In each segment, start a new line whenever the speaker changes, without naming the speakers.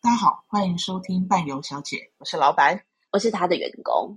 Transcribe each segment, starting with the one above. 家好，欢迎收听伴游小姐，我是老板。
我是他的员工。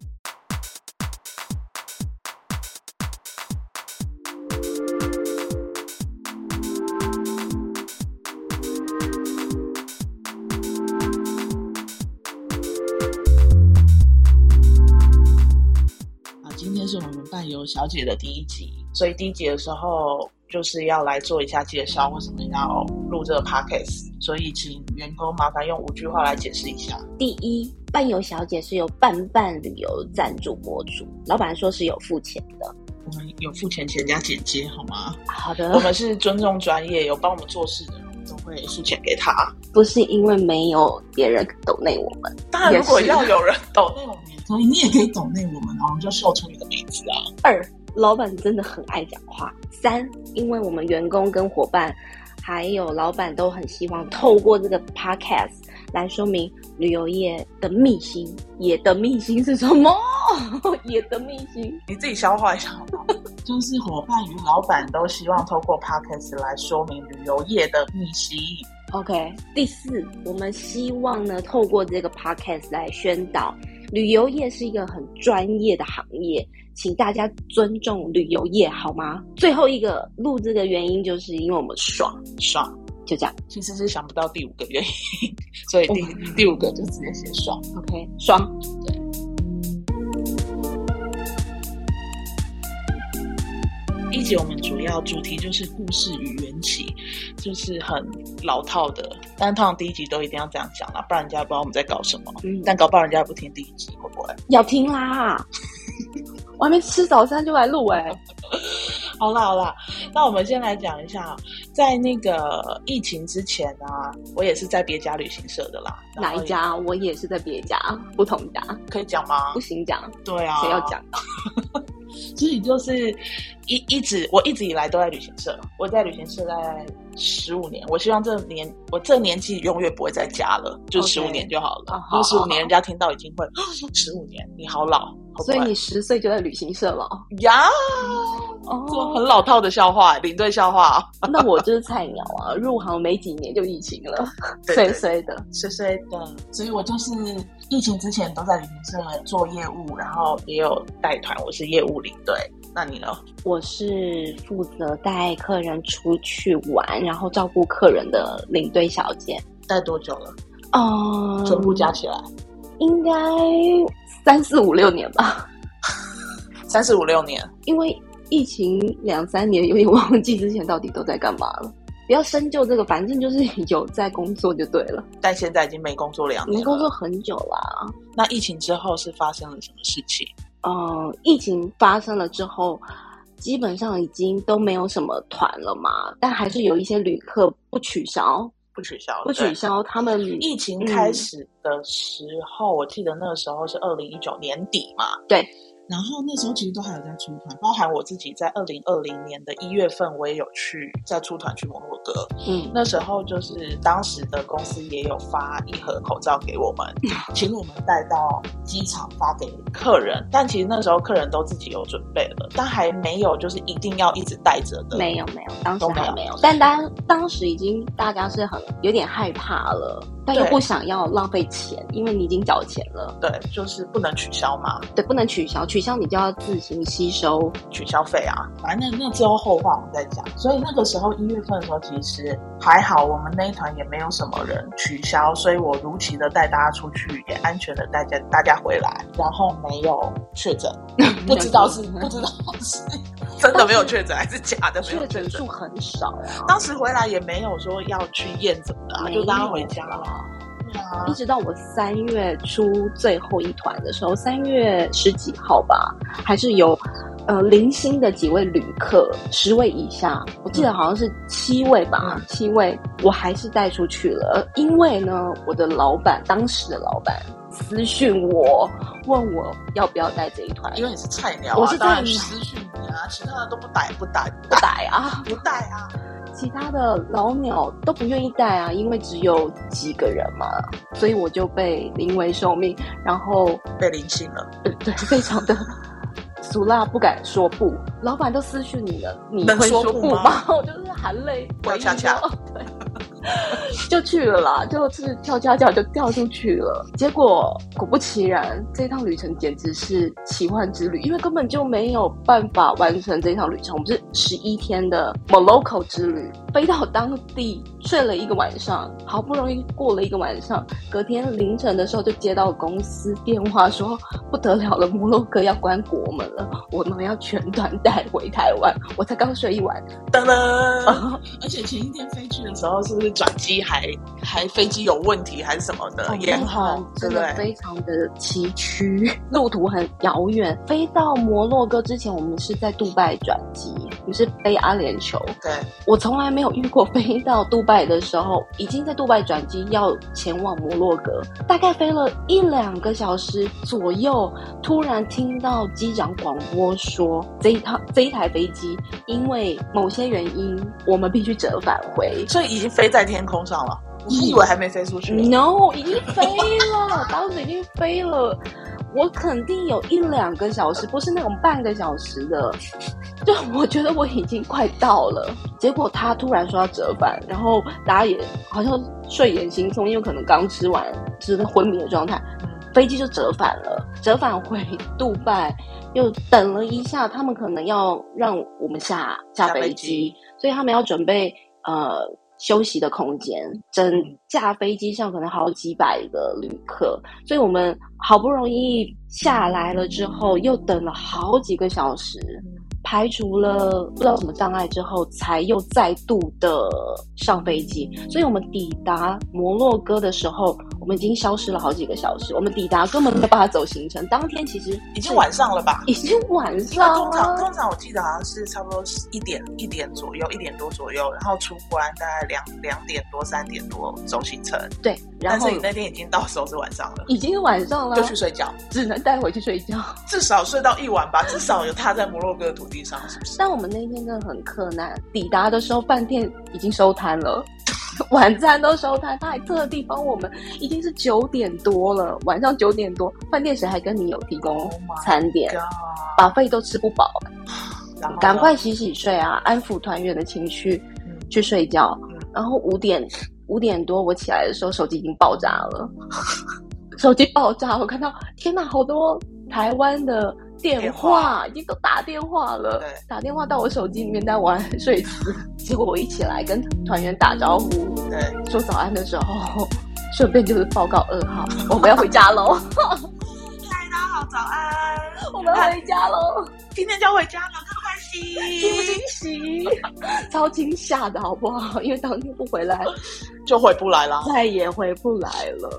啊，今天是我们伴游小姐的第一集，所以第一集的时候就是要来做一下介绍，为什么要录这个 podcast。所以请员工麻烦用五句话来解释一下。
第一，伴游小姐是由伴伴旅游赞助播出，老板说是有付钱的。
我们有付钱请人家剪接好 吗？
好
我
的，
们是尊重专业，有帮我们做事的人都会付钱给他。
不是因为没有别人抖内我们，
当然，如果
也是
要有人抖内我 们也可以，你也可以抖内我们啊，我们就秀出你的名字啊。
二，老板真的很爱讲话。三，因为我们员工跟伙伴还有老板都很希望透过这个 podcast 来说明旅游业的秘辛。也的秘辛是什么？ 也的秘辛。
你自己消化一下好不好 就是伙伴与老板都希望透过 podcast 来说明旅游业的秘辛。
OK，第四，我们希望呢，透过这个 podcast 来宣导，旅游业是一个很专业的行业，请大家尊重旅游业好吗？最后一个录这个原因，就是因为我们爽，
爽，
就这样。
其实是想不到第五个原因， 所以第、第五个就直接写爽。
OK，爽。
一集我们主要主题就是故事与缘起，就是很老套的，但通常第一集都一定要这样讲啦，不然人家不知道我们在搞什么。
嗯，
但搞不好人家也不听第一集，会不会？
要听啦。我还没吃早餐就来录哎、
好啦好啦，那我们先来讲一下，啊在那个疫情之前啊，我也是在别家旅行社的啦。
哪一？家？我也是在别家，不同家，
可以讲吗
不？行讲，
对啊，
谁要？讲？
所以就是一一直我一直以来都在旅行社，我在旅行社在十五年，我希望这年我这年纪永远不会在家了，就
OK
十五年就好了
啊。
因
好
为十五
好
年
好
人家听到已经会 十五年，你好老，好
所以
怪
你十岁就在旅行社了
呀，
哦
这种很老套的笑话，领队笑话、哦，
那我就是菜鸟啊，入行没几年就疫情了，
对
衰衰的。
衰衰的，所以我就是疫情之前都在旅行社做业务，然后也有带团，我是业务领队。那你呢？
我是负责带客人出去玩，然后照顾客人的领队小姐。
带多久了？
哦、
全部加起来
应该三四五六年吧。嗯
三四五六年，
因为疫情两三年，有点忘记之前到底都在干嘛了。不要深究这个，反正就是 有在工作就对了。
但现在已经没工作两
我
年了。
们工作很久啦。
那疫情之后是发生了什么事情？
呃，疫情发生了之后，基本上已经都没有什么团了嘛，但还是有一些旅客不取消，
不取消了，
不取消嗯他们
对。疫情开始的时候，我记得那个时候是二零一九年底嘛。
对。
然后那时候其实都还有在出团，包含我自己在二零二零年的一月份，我也有去在出团去摩洛哥。
嗯
那时候就是当时的公司也有发一盒口罩给我 们，请我们带到机场发给客人。但其实那时候客人都自己有准备了，但还没有就是一定要一直带着的。
没有没有，当时
都没有
还没有，但当当时已经大家是很有点害怕了，但又
对
不想要浪费钱，因为你已经缴钱了，
对，就是不能取消嘛，
对，不能取消，取消你就要自行吸收
取消费啊。反正那那之后后话我们再讲。所以那个时候一月份的时候，其实还好，我们那一团也没有什么人取消，所以我如期的带大家出去，也安全的带家大家回来，然后没有确诊。不知 道是不 知道是真的没有确诊还是假的没有确
确诊
诊。
数很少啊，
当时回来也没有说要去验怎么的啊、就让他回家了。
了。
对啊
一，直到我三月初最后一团的时候，三月十几号吧，还是有呃零星的几位旅客，十位以下，我
嗯
记得好像是七位吧，七位，我还是带出去了，因为呢，我的老板当时的老板私讯我，问我要不要带这一团，
因为你是菜鸟、啊，
我是菜鸟
当然私讯你啊，其他的都不带不带不
不
带
带啊，
不带啊。
其他的老鸟都不愿意带啊，因为只有几个人嘛，所以我就被临危受命，然后
被灵性了，
对对，非常的俗辣，不敢说不。老板都私讯你了，你
能
会
说
说
不
不
吗
吗？我就是含泪回
要
应
恰恰
说，对， 就去了啦，就是跳恰恰就跳出去了。结果果不其然，这趟旅程简直是奇幻之旅，因为根本就没有办法完成这趟旅程。我们是十一天的 Moloko 之旅，飞到当地睡了一个晚上，好不容易过了一个晚上，隔天凌晨的时候就接到公司电话说不得了了，摩洛哥要关国门了，我们要全团带回台湾。我才刚睡一晚，
噔噔。哦而且前一天飞去的时候，是不是转机还还飞机有问题还是什么的，
哦
也
那
很好，对
真
不
的
对？
非常的崎岖， 路途很遥远。飞到摩洛哥之前，我们是在杜拜转机，我们是飞阿联酋。
对，
我从来没有遇过飞到杜拜的时候，已经在杜拜转机要前往摩洛哥，大概飞了一两个小时左右，突然听到机长广播说，这一趟这一台飞机因为某些原因，我们必须折返回。
所以已经飞在天空上了。我还以为还没飞出去呢，
No，已经飞了，当时已经飞了。我肯定有一两个小时，不是那种半个小时的。就我觉得我已经快到了，结果他突然说要折返，然后大家也好像睡眼惺忪，因为可能刚吃完，是昏迷的状态，飞机就折返了，折返回杜拜，又等了一下，他们可能要让我们下下
下飞
飞
机
机，所以他们要准备呃休息的空间。整
嗯
架飞机上可能好几百个旅客，所以我们好不容易下来了之后，又等了好几个小时。
嗯
排除了不知道什么障碍之后，才又再度的上飞机。所以我们抵达摩洛哥的时候，我们已经消失了好几个小时。我们抵达根本没有办法走行程，当天其实是
已经晚上了吧？
已经晚
因为
上
通常
了。
通常我记得好像是差不多一点一点左右，一点多左右，然后出关大概两两点多三点多走行程，
对，然
但
后
是你那天已经到手是晚上了，
已经晚上了
就，去睡觉，
只能带回去睡觉。
至少睡到一晚吧，至少有踏在摩洛哥的土地上，是不是？
但我们那天真的很困难，抵达的时候饭店已经收摊了。 晚餐都收摊，他还特地帮我们，已经是九点多了，晚上九点多，饭店谁还跟你有提供
Oh my
餐点？
God，
把费都吃不饱，
然后呢
赶快洗洗睡啊，安抚团员的情绪，
嗯
去睡觉
嗯。
然后五点五点多我起来的时候，手机已经爆炸了， 手机爆炸，我看到天哪，好多台湾的电
电
话
话
已经都打电话了
对，
打电话到我手机里面，但我还睡死。结果我一起来跟团员打招呼
对。
说早安的时候，顺便就是报告噩耗，我们要回家喽，
嗨，大家好，早安！
我们要回家喽。
今天就要回家了，更开心，
惊 不惊喜？ 超惊吓的好不好？因为当天不回来，
就回不来了。
再也回不来了。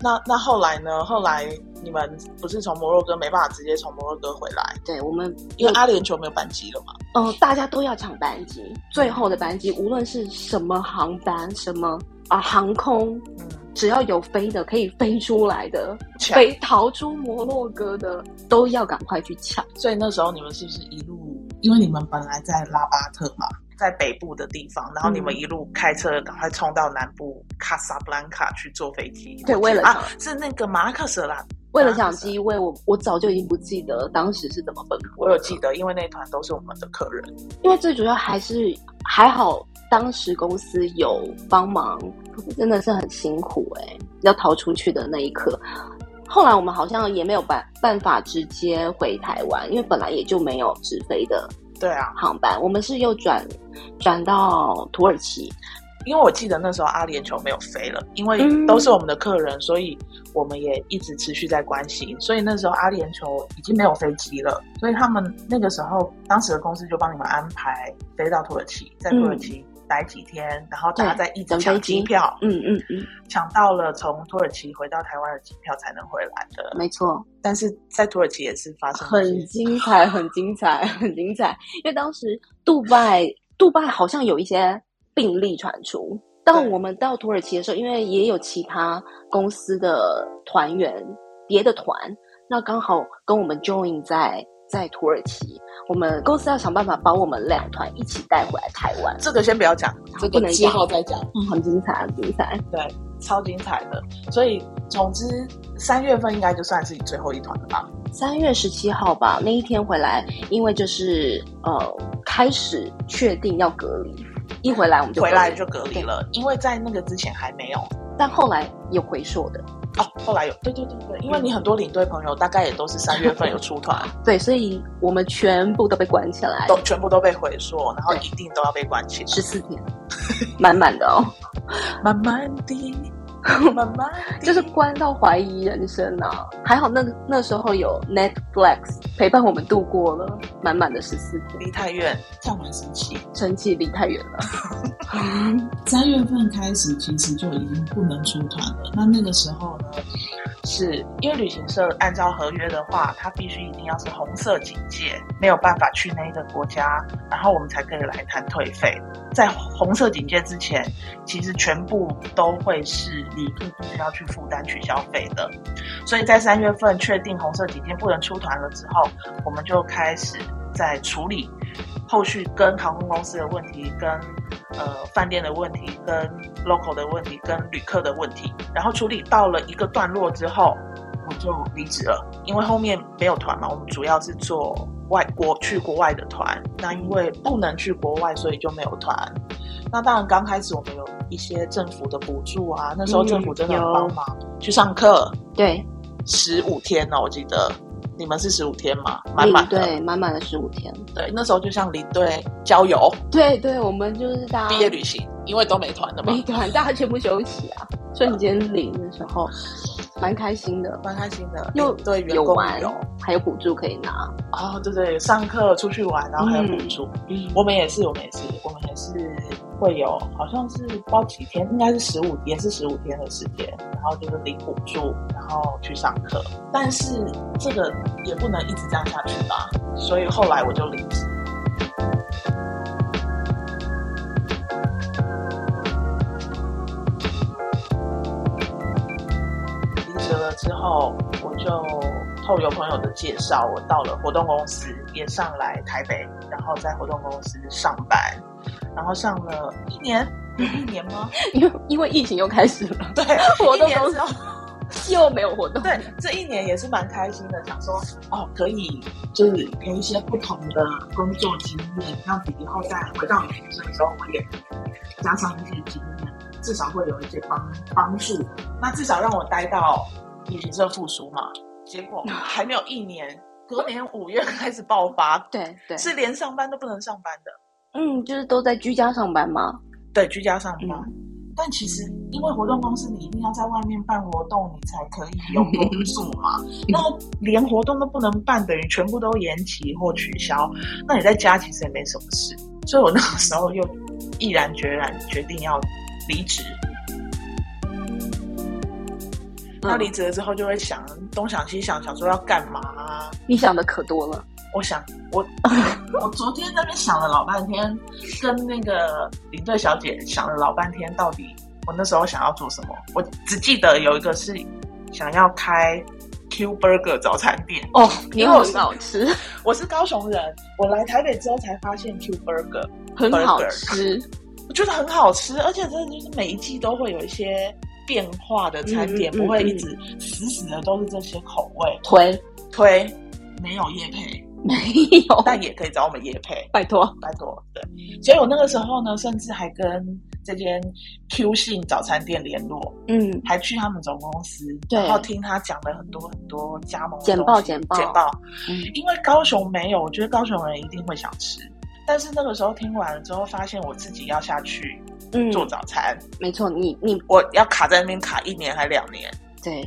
那那后来呢？后来你们不是从摩洛哥没办法直接从摩洛哥回来，
对我们，
因为阿联酋没有班机了嘛。
呃，大家都要抢班机，最后的班机，无论是什么航班，什么啊、航空，
嗯，
只要有飞的可以飞出来的，
抢
飞逃出摩洛哥的，都要赶快去抢。
所以那时候你们是不是一路？因为你们本来在拉巴特嘛，在北部的地方，然后你
嗯
们一路开车赶快冲到南部卡萨布兰卡去坐飞机。
对，为了抢，
啊，是那个马拉克舍啦，
为了抢机位，我我早就已经不记得当时是怎么分
我
配
有
了。
记得，因为那一团都是我们的客人。
因为最主要还是还好，当时公司有帮忙，可是真的是很辛苦哎、要逃出去的那一刻。后来我们好像也没有办办法直接回台湾，因为本来也就没有直飞的
对啊，
航班，我们是又转转到土耳其，
因为我记得那时候阿联酋没有飞了，因为
嗯
都是我们的客人，所以我们也一直持续在关心。所以那时候阿联酋已经没有飞机了，所以他们那个时候当时的公司就帮你们安排飞到土耳其，在土耳其待几天，然后大家再一直
嗯等飞
抢
机
机票，
嗯嗯嗯，
抢到了从土耳其回到台湾的机票才能回来的。
没错，
但是在土耳其也是发生了
很精彩， 很精彩，很精彩。因为当时杜拜，杜拜好像有一些病例传出。到
对
我们到土耳其的时候，因为也有其他公司的团员，别的团，那刚好跟我们 join 在在土耳其，我们公司要想办法把我们两团一起带回来台湾，
这个先不要讲，这
不
个
能
之
讲嗯
后再讲。
很精彩，很精彩。
超精彩的，所以总之三月份应该就算是你最后一团了吧？
三月十七号吧，那一天回来，因为就是呃开始确定要隔离，一回来我们就
回来
隔离
就隔离了，因为在那个之前还没有。
但后来有回溯的，
哦，后来有，对对对对，因为你很多领队朋友大概也都是三月份有出团，
对，所以我们全部都被关起来，
都全部都被回溯，然后一定都要被关起来。
十四天，满满的哦，
慢慢的， 慢慢的，
就是关到怀疑人生啊！还好那那时候有 Netflix 陪伴我们度过了满满的十四天，
离太远，这样蛮神奇。
生气离太远了，
三月份开始，其实就已经不能出团了。那那个时候呢，是因为旅行社按照合约的话，它必须一定要是红色警戒，没有办法去那一个国家，然后我们才可以来谈退费。在红色警戒之前，其实全部都会是旅客必须要去负担取消费的。所以在三月份确定红色警戒不能出团了之后，我们就开始在处理后续跟航空公司的问题、跟呃饭店的问题、跟 local 的问题、跟旅客的问题。然后处理到了一个段落之后，我就离职了，因为后面没有团嘛，我们主要是做外国去国外的团。那因为不能去国外，所以就没有团。那当然，刚开始我们有一些政府的补助啊，那时候政府真的很帮忙，去上课，
对，
十五天哦，我记得你们是十五天嘛，满
领
满的。
对满满的十五天，
对那时候就像领队郊游、
对对，我们就是大
毕
家
业旅行，因为都没团的嘛
没，团，啊大家全部休息啊，瞬间领的时候，蛮开心的，
蛮开心的。
又
对员
有
工
玩
有，
还有补助可以拿，
哦，对对，上课出去玩，然后还有补助。
嗯，
我们也是，我们也是，我们也是会有，好像是包几天，应该是十五，也是十五天的时间，然后就是领补助，然后去上课。但是这个也不能一直这样下去吧，所以后来我就离职。离职了之后，我就透由朋友的介绍，我到了活动公司，也上来台北，然后在活动公司上班，然后上了一年， 有一年 吗？
因为因为疫情又开始了，
对，
活动
一年
公
之后
司又没有活动，
对，这一年也是蛮开心的，想说哦，可以就是有一些不同的工作经验，让自己以后再回到旅行社的时候，我也加上一些经验，至少会有一些帮帮助。那至少让我待到旅行社复苏嘛。结果还没有一年，隔年五月开始爆发，
对对，
是连上班都不能上班的。
嗯，就是都在居家上班嘛，
对，居家上班。但其实，因为活动公司你一定要在外面办活动，你才可以有工作嘛。那连活动都不能办，等于全部都延期或取消。那你在家其实也没什么事，所以我那个时候又毅然决然决定要离职。那
嗯
离职了之后，就会想东想西想，想说要干嘛啊、
你想的可多了，
我想，我我昨天在那边想了老半天，跟那个领队小姐想了老半天，到底我那时候想要做什么？我只记得有一个是想要开 Q Burger 早餐店。
哦，你
因为我
很
是
好吃，
我是高雄人，我来台北之后才发现 Q Burger，
很好
burger
吃，
我觉得很好吃，而且真的就是每一季都会有一些变化的餐点，
嗯嗯嗯
不会一直死死的都是这些口味。
推
推没有叶配，
没有，
但也可以找我们叶配。
拜托，
拜托，对。
嗯
所以我那个时候呢，甚至还跟这间 Q 信早餐店联络，
嗯，
还去他们总公司，
对
然后听他讲了很多很多加盟的
简
东
报
西
简报
简报，
嗯
因为高雄没有，我觉得高雄人一定会想吃。但是那个时候听完了之后，发现我自己要下去
嗯，
做早餐，
没错，你你
我要卡在那边卡一年还两年，
对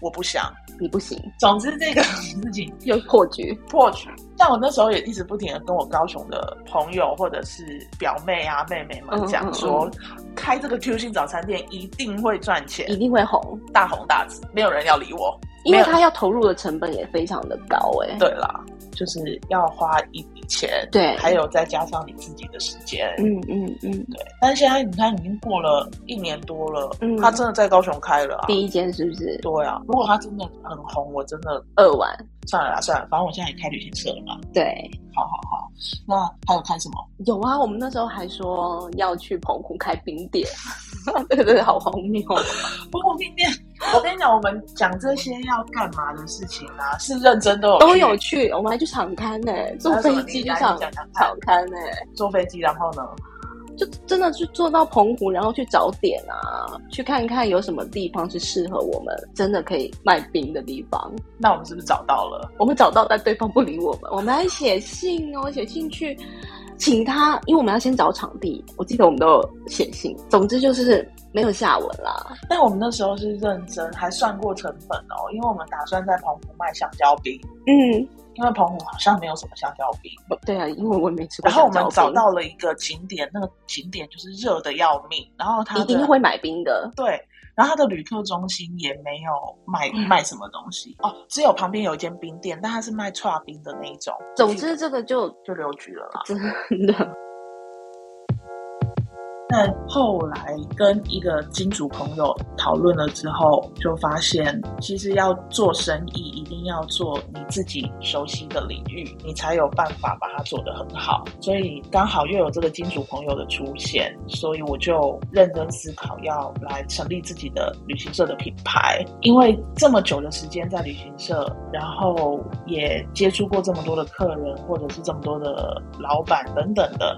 我不想。
你不行，
总之这个事情
又破局，
破局。但我那时候也一直不停的跟我高雄的朋友或者是表妹啊、妹妹们
嗯嗯
讲
嗯
说，开这个 Q 星早餐店一定会赚钱
一，定会红，
大红大紫，没有人要理我。
因
没
为
有
他要投入的成本也非常的高，哎，
对啦，就是要花一笔钱，
对
还有再加上你自己的时间，
嗯嗯嗯，
对。但是现在你看，已经过了一年多了，
嗯
他真的在高雄开了啊。
第一间是不是
对啊，如果他真的很红，我真的
二万？
算了啦，算了，反正我现在也开旅行社了嘛。
对，
那还有开什么？
有啊，我们那时候还说要去澎湖开冰店， 对对对，好荒 谬哦，
不过今天我跟你讲，我们讲这些要干嘛的事情啊，是认真都有
都有去，我们还去场刊呢，坐
那什么
飞机
你
去
来
场
讲讲看
场刊呢，
坐飞机，然后呢，
就真的去坐到澎湖，然后去找点啊，去看看有什么地方是适合我们真的可以卖冰的地方。
那我们是不是找到了？
我们找到，但对方不理我们，我们还写信哦，写信去请他，因为我们要先找场地。我记得我们都有写信，总之就是没有下文啦。
但我们那时候是认真，还算过成本哦，因为我们打算在澎湖卖香蕉冰，
嗯，
因为澎湖好像没有什么香蕉冰。
不对啊，因为我也没吃过
然后
香
我
蕉
们
冰。
找到了一个景点，那个景点就是热的要命，然后它
一
的
定会买冰的，
对，然后它的旅客中心也没有卖
嗯
卖什么东西哦，只有旁边有一间冰店，但它是卖串冰的那一种。
总之这个就
就留局了啦。
真的，
但后来跟一个金主朋友讨论了之后，就发现其实要做生意，一定要做你自己熟悉的领域，你才有办法把它做得很好。所以刚好又有这个金主朋友的出现，所以我就认真思考要来成立自己的旅行社的品牌。因为这么久的时间在旅行社，然后也接触过这么多的客人，或者是这么多的老板等等的，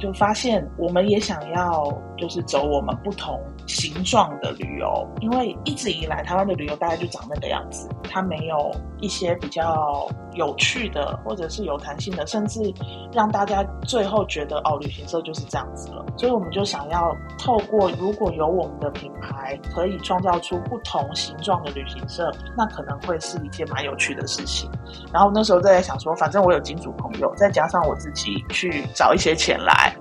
就发现我们也想要就是走我们不同形状的旅游，因为一直以来台湾的旅游大概就长那个样子，它没有一些比较有趣的或者是有弹性的，甚至让大家最后觉得哦，旅行社就是这样子了。所以我们就想要透过如果有我们的品牌，可以创造出不同形状的旅行社，那可能会是一件蛮有趣的事情。然后那时候就在想说，反正我有金主朋友，再加上我自己去找一些钱来，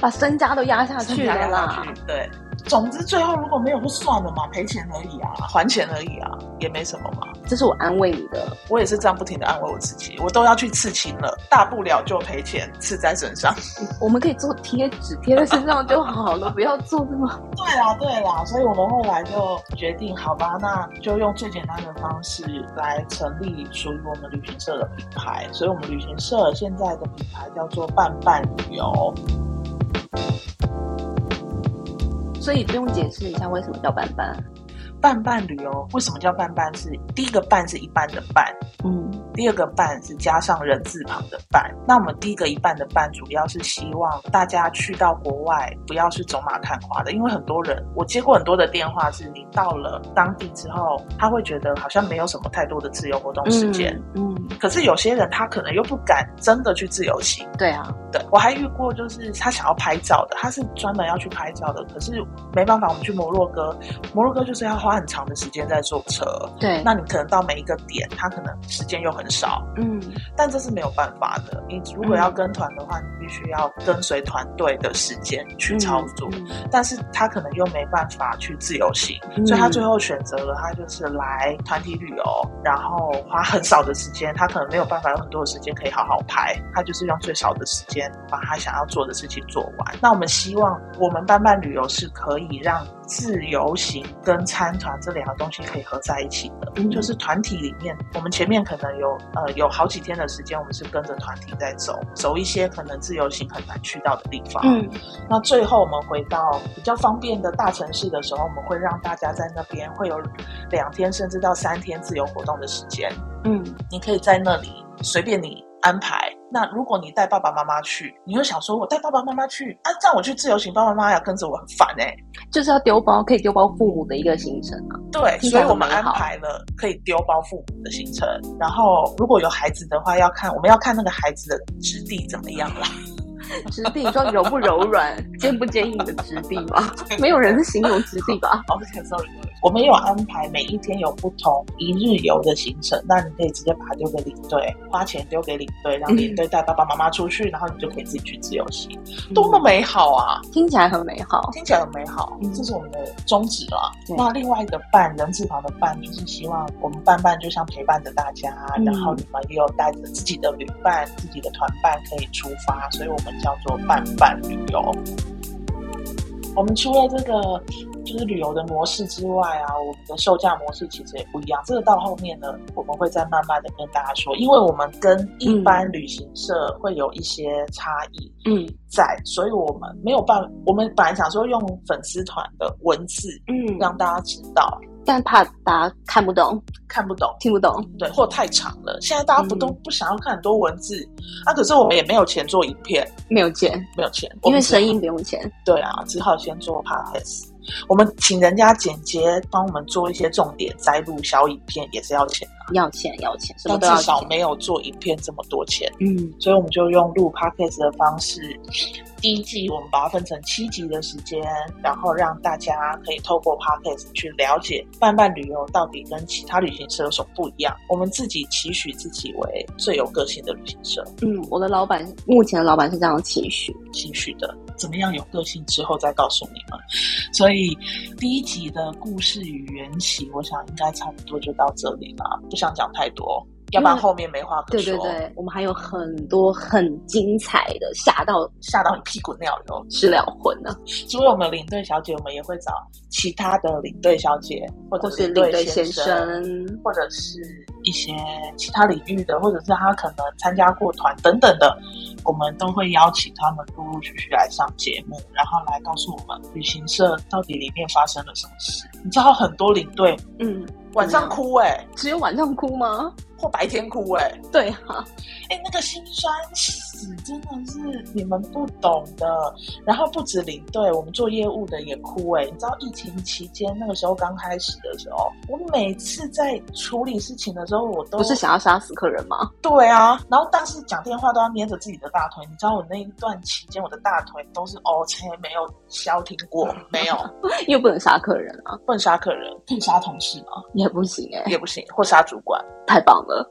把身家都压下啊去了啦。
去对，总之最后如果没有就算了嘛，赔钱而已啊，还钱而已啊，也没什么嘛。
这是我安慰你的，
我也是这样不停的安慰我自己，我都要去刺青了，大不了就赔钱刺在身上。
我们可以做贴纸贴在身上就 好了，不要做这么
对啦，对啦，所以我们后来就决定，好吧，那就用最简单的方式来成立属于我们旅行社的品牌。所以我们旅行社现在的品牌叫做伴伴旅游。
所以不用解释一下为什么叫斑斑。
伴伴旅游为什么叫伴伴是？第一个伴是一半的伴，
嗯，
第二个伴是加上人字旁的伴。那我们第一个一半的伴，主要是希望大家去到国外不要是走马看花的，因为很多人我接过很多的电话，是你到了当地之后，他会觉得好像没有什么太多的自由活动时间。
嗯，
可是有些人他可能又不敢真的去自由行，
对啊，
对我还遇过，就是他想要拍照的，他是专门要去拍照的，可是没办法，我们去摩洛哥，摩洛哥就是要花很长的时间在坐车，
对，
那你可能到每一个点，他可能时间又很少，
嗯，
但这是没有办法的。你如果要跟团的话，你必须要跟随团队的时间去操作，
嗯
但是他可能又没办法去自由行，
嗯
所以他最后选择了他就是来团体旅游，然后花很少的时间，他可能没有办法有很多的时间可以好好拍，他就是用最少的时间把他想要做的事情做完。那我们希望我们伴伴旅游是可以让自由行跟参团这两个东西可以合在一起的，
嗯
就是团体里面，我们前面可能有呃有好几天的时间，我们是跟着团体在走，走一些可能自由行很难去到的地方。
嗯
那最后我们回到比较方便的大城市的时候，我们会让大家在那边会有两天甚至到三天自由活动的时间，
嗯，
你可以在那里随便你安排。那如果你带爸爸妈妈去，你又想说我带爸爸妈妈去啊，这样我去自由行，爸爸妈妈要跟着我很烦哎、
就是要丢包，可以丢包父母的一个行程啊。
对，
听起
所
来
以我们
很美
安
好
排了可以丢包父母的行程，然后如果有孩子的话，要看我们要看那个孩子的质地怎么样啦。
质地，你说柔不柔 软，坚不坚硬的质地吧？ 没有人是形容质地吧？
哦，sorry，我们有安排每一天有不同一日游的行程，那你可以直接把它丢给领队，花钱丢给领队，让领队带爸爸妈妈出去，然后你就可以自己去自由行，
嗯
多么美好啊！
听起来很美好。
听起来很美好，
嗯
这是我们的宗旨啦。
对
那另外一个伴人字旁的伴，就是希望我们伴伴就像陪伴着大家，
嗯
然后你们也有带着自己的旅伴、自己的团伴可以出发，所以我们叫做伴伴旅游。我们除了这个就是旅游的模式之外啊，我们的售价模式其实也不一样。这个到后面呢，我们会再慢慢的跟大家说，因为我们跟一般旅行社会有一些差异。
嗯
在，所以我们没有办法。我们本来想说用粉丝团的文字
嗯
让大家知道，
但怕大家看不懂、
看不懂，
听不懂。
对，或太长了。现在大家不都
嗯
不想要看很多文字，啊，可是我们也没有钱做影片，
没有钱，
没有钱，
因为声
生意
音不用钱。
对啊，只好先做 podcast。我们请人家剪接，帮我们做一些重点摘录小影片，也是要钱，
要钱要钱，什么
但
都要
至
钱。
少没有做影片这么多钱，
嗯，
所以我们就用录 podcast 的方式。第一季我们把它分成七集的时间，然后让大家可以透过 podcast 去了解伴伴旅游到底跟其他旅行社有什么不一样。我们自己期许自己为最有个性的旅行社，
嗯，我的老板目前的老板是这样的期许，
期许的，怎么样有个性之后再告诉你们。所以第一集的故事与缘起，我想应该差不多就到这里了，不想讲太多，要不然后面没话可
对
说。
对对，我们还有很多很精彩的吓到
吓到你屁滚尿流。
失了魂呢，
除了我们领队小姐，我们也会找其他的领队小姐，或
或
者
是领
领
队
先
先生，
或者是一些其他领域的，或者是他可能参加过团等等的，我们都会邀请他们陆陆续续来上节目，然后来告诉我们旅行社到底里面发生了什么事。你知道很多领队
嗯，
晚上哭哎、
只有晚上哭吗？
或白天哭哎、
对啊，
哎、那个心酸史真的是你们不懂的。然后不止领队，我们做业务的也哭哎、你知道疫情期间那个时候刚开始的时候，我每次在处理事情的时候，我都
不是想要杀死客人吗？
对啊，然后但是讲电话都要捏着自己的大腿，你知道我那一段期间我的大腿都是 O K，没有消停过，没有
又不能杀客人啊，
不能杀客人，可以杀同事吗？
也不行哎、
也不行，或杀主管。
太棒了，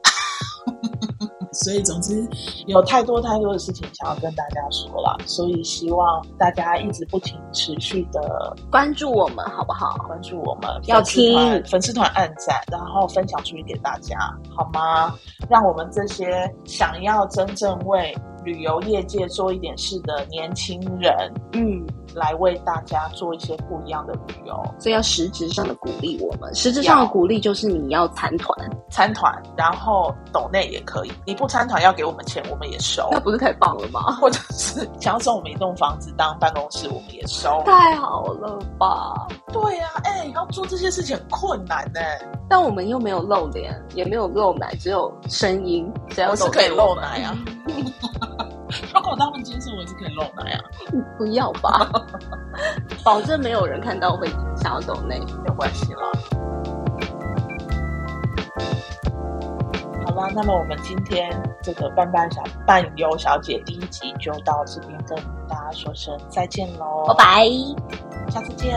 所以总之有太多太多的事情想要跟大家说了，所以希望大家一直不停持续的
关注我们好不好？
关注我们，
要
粉丝团
听
粉丝团按赞，然后分享出去给大家，好吗？让我们这些想要真正为旅游业界做一点事的年轻人，
嗯，
来为大家做一些不一样的旅游
所以要实质上的鼓励我们，实质上的
要哦
鼓励就是你要参团，
参团，然后抖内也可以。你不参团要给我们钱，我们也收
那。不是太棒了吗？
或者是想要送我们一栋房子当办公室，我们也收。
太好了吧！
对呀、啊，哎、要做这些事情很困难呢、
但我们又没有露脸，也没有露奶，只有声音，谁要
我
抖
是可以
内
露
们
奶啊。如果他们接受，我是可以露奶啊，
不要 吧，保证没有人看到会想要抖内。
没有关系啦。好啦，那么我们今天这个伴伴小伴游小姐第一集就到这边，跟大家说声再见喽，
拜，拜。
下次见。